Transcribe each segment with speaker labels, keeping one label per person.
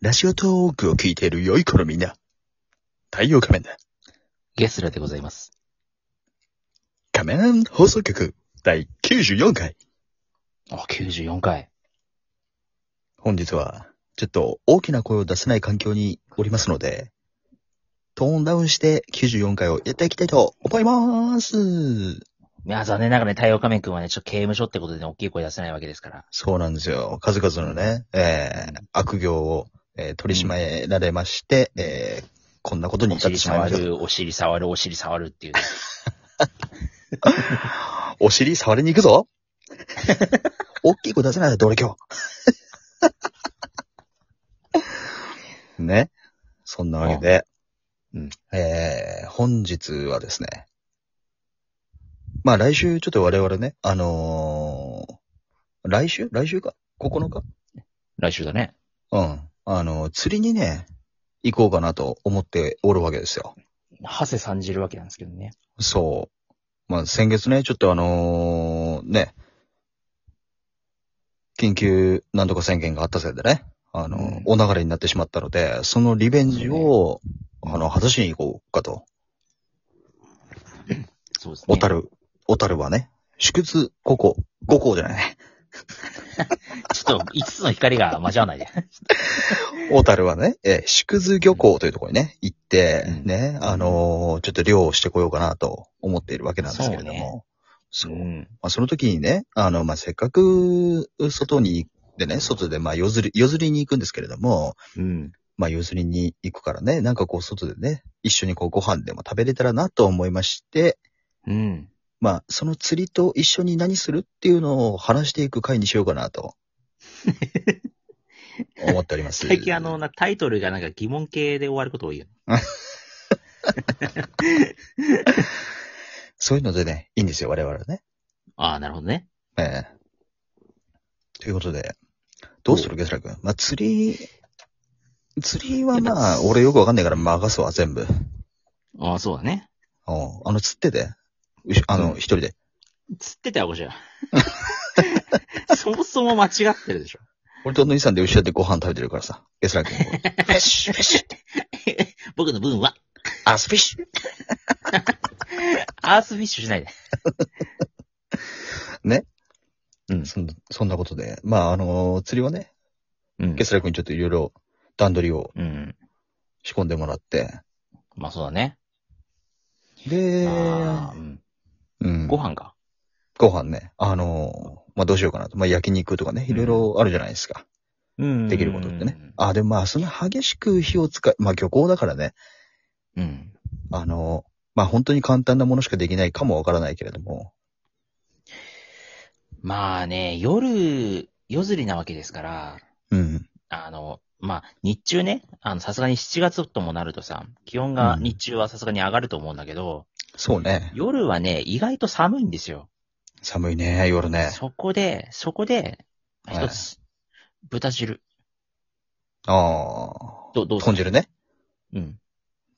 Speaker 1: ラジオトークを聞いている良い子のみんな。太陽仮面だ。
Speaker 2: ゲスラでございます。
Speaker 1: 仮面放送局第94回。
Speaker 2: あ、94回。
Speaker 1: 本日は、ちょっと大きな声を出せない環境におりますので、トーンダウンして94回をやっていきたいと思います。
Speaker 2: いや、残念ながらね、太陽仮面くんはね、ちょっと刑務所ってことでね、大きい声出せないわけですから。
Speaker 1: そうなんですよ。数々のね、えー
Speaker 2: う
Speaker 1: 悪行を、えー取り締められまして、えーこんなことに
Speaker 2: お
Speaker 1: 至って
Speaker 2: 尻
Speaker 1: しまいま
Speaker 2: 触
Speaker 1: した。
Speaker 2: る、お尻触る、お尻触るっていうね。
Speaker 1: お尻触りに行く ぞ大きい声出せないだと俺今日。ね。そんなわけで、
Speaker 2: うん
Speaker 1: えー、本日はですね、まあ来週ちょっと我々ね、あのー来週来週か ?9 日
Speaker 2: 来週だね。
Speaker 1: うん。あの、釣りにね、行こうかなと思っておるわけですよ。
Speaker 2: ハセさんじるわけなんですけどね。
Speaker 1: そう。まあ、先月ね、ちょっとあのーね、緊急なんとか宣言があったせいでね、あの、
Speaker 2: うん
Speaker 1: お流れになってしまったので、そのリベンジを、
Speaker 2: うん
Speaker 1: あの、果たしに行こうかと。
Speaker 2: そうですね。
Speaker 1: 小樽、小樽はね、祝日5校、5校じゃ ない。
Speaker 2: ちょっと、5つの光が交わらない で。
Speaker 1: 小樽はね、えー、縮図漁港というところにね、行って、
Speaker 2: うん
Speaker 1: ね、あのーちょっと漁をしてこようかなと思っているわけなんですけれども。そうう。ま
Speaker 2: ん。
Speaker 1: あ、その時にね、あの、まあ、せっかく、外に、でね、外で、まあ、夜釣り、夜釣りに行くんですけれども、
Speaker 2: うん。
Speaker 1: まあ、夜釣りに行くからね、なんかこう、外でね、一緒にこう、ご飯でも食べれたらなと思いまして、
Speaker 2: うん。
Speaker 1: まあ、その釣りと一緒に何するっていうのを話していく回にしようかな と。思っております。
Speaker 2: 最近あの、な、タイトルがなんか疑問系で終わること多いよね。
Speaker 1: そういうのでね、いいんですよ、我々はね。
Speaker 2: ああ、なるほどね。
Speaker 1: ええということで、どうするゲスラ君。まあ、釣り、釣りはまあ、俺よくわかんないから任すわ、全部。
Speaker 2: ああ、そうだね。
Speaker 1: おうあの、釣ってて。うしあの、
Speaker 2: うん
Speaker 1: 一人で。
Speaker 2: 釣ってたよ、こ ちら。そもそも間違ってるでしょ。
Speaker 1: 俺とお兄さんで後ろでご飯食べてるからさ。ゲスラ君。 フィッシュ、フィッシュ。
Speaker 2: 僕の分は、
Speaker 1: アスフィッシュ。
Speaker 2: アースフィッシュしないで。
Speaker 1: そんそんなことで。まあ、あの釣りはね、
Speaker 2: うん
Speaker 1: ゲスラ君ちょっといろいろ段取りを
Speaker 2: うん。
Speaker 1: 仕込んでもらって。
Speaker 2: まあそうだね。
Speaker 1: で、
Speaker 2: あーうん
Speaker 1: うん、
Speaker 2: ご飯か。
Speaker 1: ご飯ね。あのまあ、どうしようかなと。まあ、焼肉とかね、いろいろあるじゃないですか。
Speaker 2: うん
Speaker 1: できることってね。あ、でもまあ、そんな激しく火を使い、まあ漁港だからね、
Speaker 2: うん。
Speaker 1: あの、まあ本当に簡単なものしかできないかもわからないけれども、
Speaker 2: まあね、夜、夜釣りなわけですから、
Speaker 1: うん、
Speaker 2: あの、まあ、日中ね、あの、さすがに7月ともなるとさ、気温が
Speaker 1: うん
Speaker 2: 日中はさすがに上がると思うんだけど、
Speaker 1: そうね。
Speaker 2: 夜はね、意外と寒いんですよ。
Speaker 1: 寒いね、夜ね。
Speaker 2: そこで、そこで、
Speaker 1: はい
Speaker 2: 一つ、豚汁。
Speaker 1: ああ。
Speaker 2: ど、どうする
Speaker 1: 豚汁ね。
Speaker 2: うん。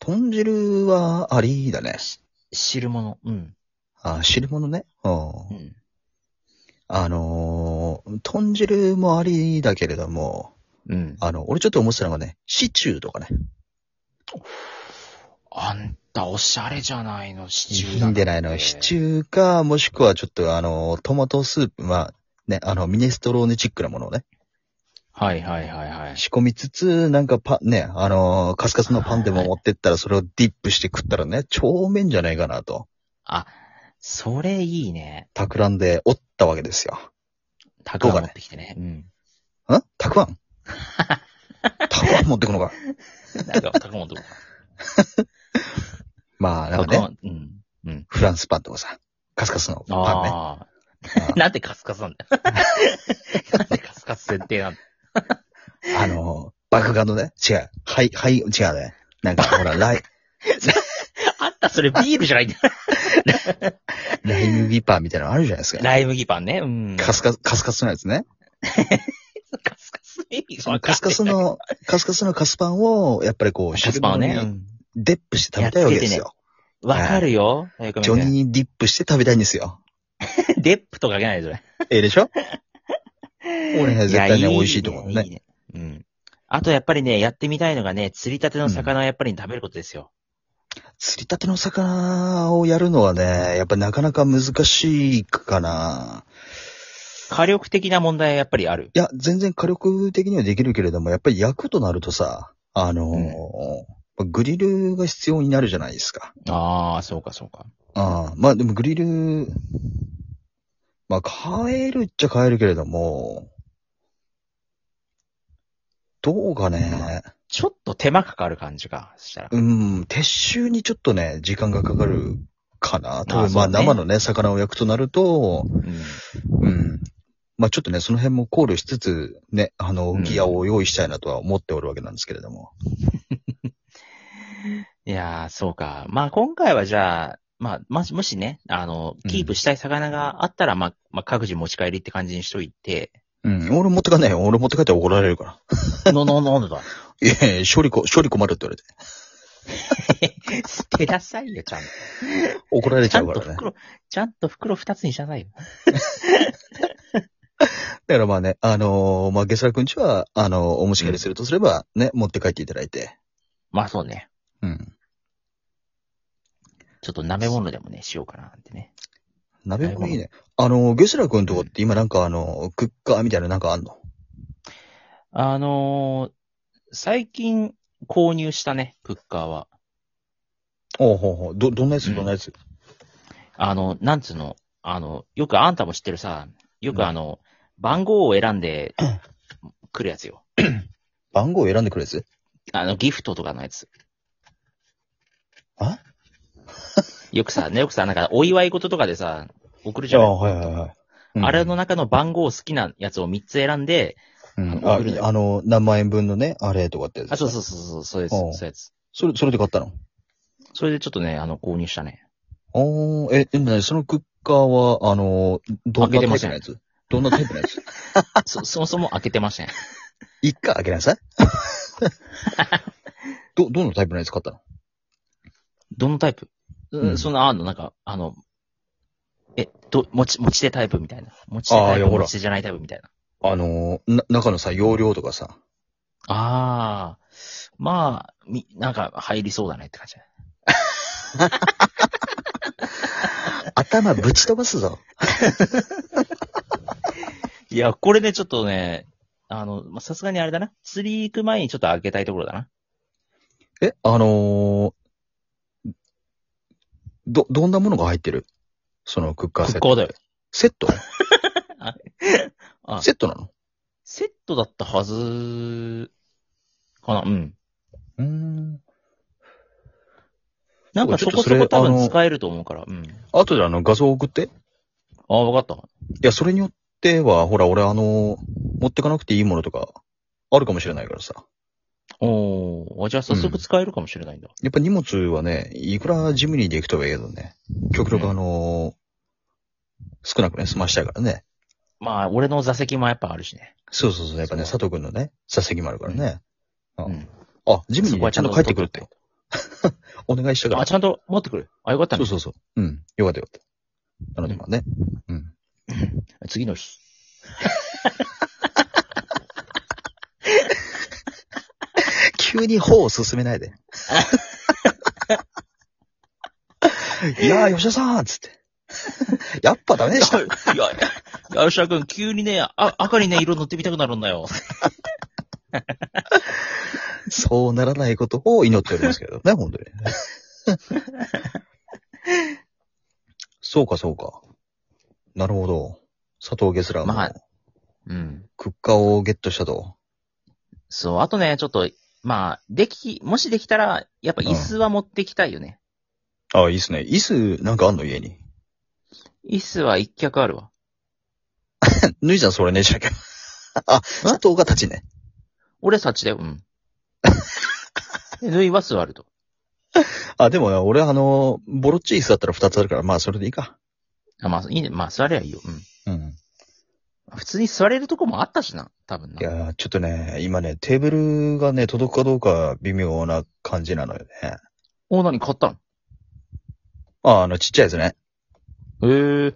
Speaker 1: 豚汁はありだね。
Speaker 2: 汁物。うん。
Speaker 1: あ汁物ね。う。
Speaker 2: うんん。
Speaker 1: あのー豚汁もありだけれども、
Speaker 2: うん。
Speaker 1: あの、俺ちょっと思ってたのがね、シチューとかね。
Speaker 2: あんた、おしゃれじゃないの、シチュー
Speaker 1: いいんでないの。シチューか、もしくはちょっとあの、トマトスープ、まあ、ね、あの、ミネストローネチックなものをね。
Speaker 2: ー。はいはいはいはい。
Speaker 1: 仕込みつつ、なんかパン、ね、あのーカスカスのパンでも持ってったら、それをディップして食ったらね、超うめえんじゃないかなと、
Speaker 2: あ、それいいね。
Speaker 1: 企んでおったわけですよ。
Speaker 2: た
Speaker 1: どう
Speaker 2: く
Speaker 1: か
Speaker 2: あ
Speaker 1: ね
Speaker 2: ん持ってきてね。うん。
Speaker 1: んたくあ んたくあん持ってくのか。
Speaker 2: なんか、たくあんどうか。
Speaker 1: まあ、なんか
Speaker 2: たくあ
Speaker 1: ね、
Speaker 2: ん、うん。うん。
Speaker 1: フランスパンとかさ、カスカスのパンね。
Speaker 2: ああ。なんでカスカスなんだよ。なんでカスカス設定なんだよ。
Speaker 1: あのー爆眼のね、違う。はい、はい、違うね。なんか、 ほら、ライ、
Speaker 2: あんたそれビールじゃないんだよ。
Speaker 1: ライムビパーみたいなのあるじゃないですか。
Speaker 2: ライ麦パンね。うん。
Speaker 1: カスカス、カスカスのやつね。
Speaker 2: カスカス意味
Speaker 1: そ
Speaker 2: わ
Speaker 1: の
Speaker 2: か
Speaker 1: カ
Speaker 2: んない
Speaker 1: スカスの、カスカスのカスパンを、やっぱりこう、
Speaker 2: カスパンをね
Speaker 1: 汁。
Speaker 2: う
Speaker 1: 物に
Speaker 2: ん
Speaker 1: デップして食べたいわけですよ。
Speaker 2: わかるよ。
Speaker 1: ジョニーディップして食べたいんです よ。
Speaker 2: デップとかけないでそれ。
Speaker 1: ええでしょ俺は絶対ね
Speaker 2: や
Speaker 1: 美味しいと思うね
Speaker 2: いいね。うん。あとやっぱりね、やってみたいのがね、釣りたての魚をやっぱり食べることですよ。
Speaker 1: 釣りたての魚をやるのはね、やっぱなかなか難しいかな。
Speaker 2: 火力的な問題はやっぱりある。
Speaker 1: いや、全然火力的にはできるけれども、やっぱり焼くとなるとさ、あのーグリルが必要になるじゃないですか。
Speaker 2: ああ、そうかそうか。
Speaker 1: ああまあでもグリル、まあ買えるっちゃ買えるけれども、どうかね、
Speaker 2: ちょっと手間かかる感じか、そしたら。
Speaker 1: うん、撤収にちょっとね、時間がかかるかな。多
Speaker 2: ああ
Speaker 1: 分まあ
Speaker 2: そうね
Speaker 1: 生のね、魚を焼くとなると、
Speaker 2: うん。
Speaker 1: うん。まあちょっとね、その辺も考慮しつつ、ね、あの、
Speaker 2: う
Speaker 1: 浮
Speaker 2: ん
Speaker 1: き矢を用意したいなとは思っておるわけなんですけれども。
Speaker 2: いやー、そうか。まあ今回はじゃあ、まあ、もし、もしね、あの、キープしたい魚があったら、まあ、まあ、各自持ち帰りって感じにしといて、
Speaker 1: うん、俺持ってかないよ。俺持って帰ったら怒られるから。
Speaker 2: ののののだ。
Speaker 1: いやいや、処理こ、処理困るって言われて。
Speaker 2: 捨てなさいよ、ちゃんと。
Speaker 1: 怒られ
Speaker 2: ち
Speaker 1: ちゃ
Speaker 2: ゃ
Speaker 1: うんか
Speaker 2: と
Speaker 1: らね。
Speaker 2: 袋、ちゃんと袋二つにしなさいよ。
Speaker 1: だからまあね、あのーまあ、ゲスラくんちは、あのーお持ち帰りするとすれば、ね、持って帰っていただいて。
Speaker 2: まあそうね。
Speaker 1: うん。
Speaker 2: ちょっと舐め物でもね、しようかな、ってね。
Speaker 1: 鍋もいいね。あのーゲスラくんとこって今なんかあのークッカーみたいななんかあんの
Speaker 2: あのー最近購入したね、クッカーは。
Speaker 1: おうほうほう。ど、どんなやつ
Speaker 2: うん
Speaker 1: どんなやつ、
Speaker 2: あの、なんつうの、あの、よくあんたも知ってるさ、よくあの、番号を選んで来るやつよ。
Speaker 1: 番号を選んでくれるやつ
Speaker 2: あの、ギフトとかのやつ。
Speaker 1: あ
Speaker 2: よくさ、ね、よくさ、なんかお祝い事とかでさ、送るじ
Speaker 1: じゃ
Speaker 2: ゃ
Speaker 1: あ、
Speaker 2: ん。
Speaker 1: はいはいはい。うん
Speaker 2: あれの、中の番号好きなやつを3つ選んで、
Speaker 1: うん、あ、
Speaker 2: 送るのよ
Speaker 1: あのー何万円分のね、あれとかってやつ。
Speaker 2: あ、そうそうそうそう、そうです、
Speaker 1: おう
Speaker 2: そうやつ。
Speaker 1: それ、それで買ったの
Speaker 2: それでちょっとね、あの、購入したね。
Speaker 1: おー、え、え、なにそのクッカーは、あのーどんな
Speaker 2: 開けて
Speaker 1: タ
Speaker 2: ま
Speaker 1: イプ
Speaker 2: せん
Speaker 1: のやつどんなタイプの やつ
Speaker 2: そ、そもそも開けてません。
Speaker 1: 一回開けな さい。ど、どんなタイプのやつ買ったの
Speaker 2: どのタイプ、
Speaker 1: うん
Speaker 2: うん、その、あんの、なんか、あの、え、ど、持ち、持ち手タイプみたいな。持ち手
Speaker 1: あー
Speaker 2: タ
Speaker 1: い
Speaker 2: イ
Speaker 1: や
Speaker 2: プ、
Speaker 1: ほら
Speaker 2: 持ち手じゃないタイプみたいな。
Speaker 1: あのーな、中のさ、容量とかさ。
Speaker 2: ああ、まあ、み、なんか入りそうだねって感じ。
Speaker 1: 頭ぶち飛ばすぞ。
Speaker 2: いや、これね、ちょっとね、あの、まあさすがにあれだな。釣り行く前にちょっと開けたいところだな。
Speaker 1: え、あのーど、どんなものが入ってるそのクッカー
Speaker 2: ク
Speaker 1: セ
Speaker 2: ッ
Speaker 1: ッ
Speaker 2: カ
Speaker 1: ト。
Speaker 2: ーだよ。
Speaker 1: セット
Speaker 2: あ
Speaker 1: セットなの
Speaker 2: セットだったはず、かな、うん。
Speaker 1: うーん。
Speaker 2: なんか
Speaker 1: ちょっ
Speaker 2: そ
Speaker 1: と
Speaker 2: こ
Speaker 1: そ
Speaker 2: そ
Speaker 1: れ
Speaker 2: こ多
Speaker 1: あの
Speaker 2: 分使えると思うから、うん。
Speaker 1: 後であの画像送って。い
Speaker 2: ああ、わかった。
Speaker 1: や、それによっては、ほら、俺あのー持ってかなくていいものとか、あるかもしれないからさ。
Speaker 2: おー、あじゃあ早速使えるかもしれないんだ。
Speaker 1: やっぱ荷物はね、いくらジムニーで行くとはいえどね、極力あのー少なくね、済ましたいからね。
Speaker 2: まあ、俺の座席もやっぱあるしね。
Speaker 1: そうそうそう、やっぱね、佐
Speaker 2: そ
Speaker 1: 藤くんのね、座席もあるからね。あ
Speaker 2: うん。
Speaker 1: あ、ジムニ
Speaker 2: そこ
Speaker 1: ー
Speaker 2: は
Speaker 1: ちゃんと帰ってくるって。 お願いしたか
Speaker 2: あ、
Speaker 1: ら。
Speaker 2: ちゃんと持ってくる。あ、よかった
Speaker 1: そう
Speaker 2: ね。
Speaker 1: そうそう。うん。よかったよかった。なのでまあね。うん。
Speaker 2: 次 の日。
Speaker 1: 急に方を進めない で。いやー、吉田さんつって。やっぱダメで した。
Speaker 2: いや、いや、吉田君、急にね、あ、赤にね、色塗ってみたくなるんだよ。
Speaker 1: そうならないことを祈っておりますけどね、本当に。そうか、そうか。なるほど。佐藤ゲスラー
Speaker 2: ま
Speaker 1: の
Speaker 2: あうん。
Speaker 1: クッカーをゲットしたと。
Speaker 2: そう、あとね、ちょっと、まあ、でき、もしできたら、やっぱ椅子は持ってきたいよね。
Speaker 1: あ、いいっすね。椅子なんかあんの家に。
Speaker 2: 椅子は一脚あるわ。
Speaker 1: 脱いじゃん、それね、じゃけ。 あ、佐藤が立ちね。
Speaker 2: 俺そっちだよ、うん。で縫いは座ると。
Speaker 1: あ、でもな俺あの、ボロッチ椅子だったら二つあるから、まあそれでいいか。
Speaker 2: あまあ、いいね。まあ、座りゃいいよ。うん。
Speaker 1: うん。。
Speaker 2: 普通に座れるとこもあったしな、多分ない
Speaker 1: やーちょっとね、今ね、テーブルがね、届くかどうか微妙な感じなのよね。
Speaker 2: お、何買ったの
Speaker 1: あ、あの、ちっちゃいやつね。
Speaker 2: へえ。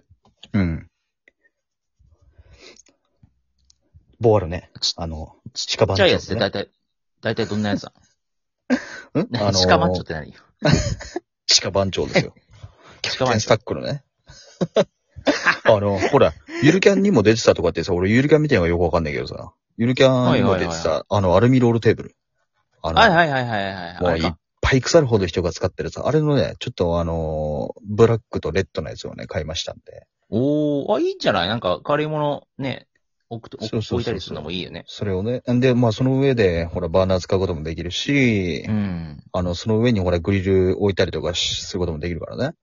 Speaker 1: うん。ボアルね
Speaker 2: ち。
Speaker 1: あの、
Speaker 2: ち
Speaker 1: 鹿
Speaker 2: っ
Speaker 1: 番
Speaker 2: ち
Speaker 1: 長
Speaker 2: ゃ
Speaker 1: ね
Speaker 2: いやつでだいたい、大体どんなやつだ
Speaker 1: ん
Speaker 2: 何 鹿マッチョって何
Speaker 1: 地下番長ですよ。キャプテ
Speaker 2: 鹿番
Speaker 1: ン
Speaker 2: 長
Speaker 1: スタックのね。 あの、ほら、ゆるキャンにも出てたとかってさ、俺ゆるキャンみたいなのがよくわかんないけどさ、ゆるキャンにも出て
Speaker 2: はいはいはい
Speaker 1: た、あの、アルミロールテーブル。あの、
Speaker 2: はいはいはいはいはい。
Speaker 1: も
Speaker 2: あ
Speaker 1: う
Speaker 2: れ
Speaker 1: い
Speaker 2: か
Speaker 1: っぱい腐るほど人が使ってるさ、あれのね、ちょっとあのーブラックとレッドのやつをね、買いましたんで、
Speaker 2: おー、あ、いいんじゃないなんか軽いものね、置くと、置
Speaker 1: そうそうそうそう
Speaker 2: 置いたりするのもいいよね。
Speaker 1: それをね、んで、まあその上で、ほら、バーナー使うこともできるし、
Speaker 2: うん。
Speaker 1: あの、その上にほら、グリル置いたりとかしすることもできるからね。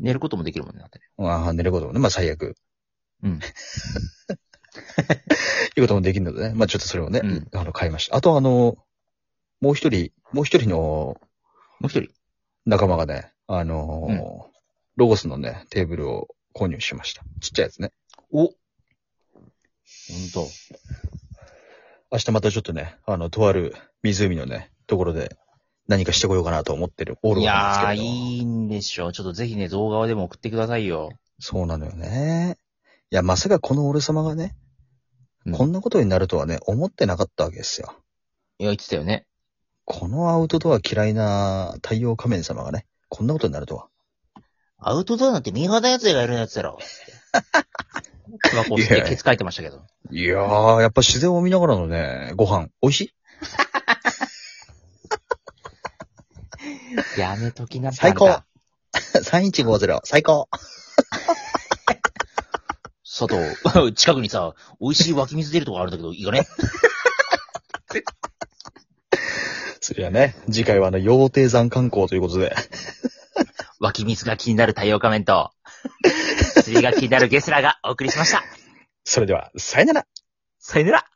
Speaker 2: 寝ることもできるもんね。だってね
Speaker 1: ああ、寝ることもね、まあ最悪。
Speaker 2: うん。
Speaker 1: いうこともできるのでね。まあちょっとそれをね、
Speaker 2: うん
Speaker 1: あの、買いました。あとあの、もう一人、もう一人の
Speaker 2: もう一人。
Speaker 1: 仲間がね、あのー
Speaker 2: うん
Speaker 1: ロゴスのね、テーブルを購入しました。ちっちゃいやつね。
Speaker 2: おほんと。
Speaker 1: 明日またちょっとね、あの、とある湖のね、ところで何かしてこようかなと思ってるオール
Speaker 2: い
Speaker 1: なんで
Speaker 2: やー、
Speaker 1: すけれど。
Speaker 2: いいんでしょ。ちょっとぜひね、動画でも送ってくださいよ。
Speaker 1: そうなのよね。いや、まさかこの俺様がね、
Speaker 2: うん
Speaker 1: こんなことになるとはね、思ってなかったわけですよ。
Speaker 2: いや、言ってたよね。
Speaker 1: このアウトドア嫌いな太陽仮面様がね、こんなことになるとは。
Speaker 2: アウトドアなんてミーハーな奴がいるやつだろ。 タバコ吸っ
Speaker 1: い
Speaker 2: て
Speaker 1: や
Speaker 2: ケツ書いてましたけど。
Speaker 1: いやー、やっぱ自然を見ながらのね、ご飯、美味しい
Speaker 2: やめときなさい。
Speaker 1: 最高 !3150、最高
Speaker 2: 外、 近くにさ、美味しい湧き水出るとこあるんだけど、いいかね
Speaker 1: それはね、次回はあの、羊蹄山観光ということで。
Speaker 2: 湧き水が気になる太陽仮面 と、釣りが気になるゲスラーがお送りしました。
Speaker 1: それでは、さよなら
Speaker 2: さよなら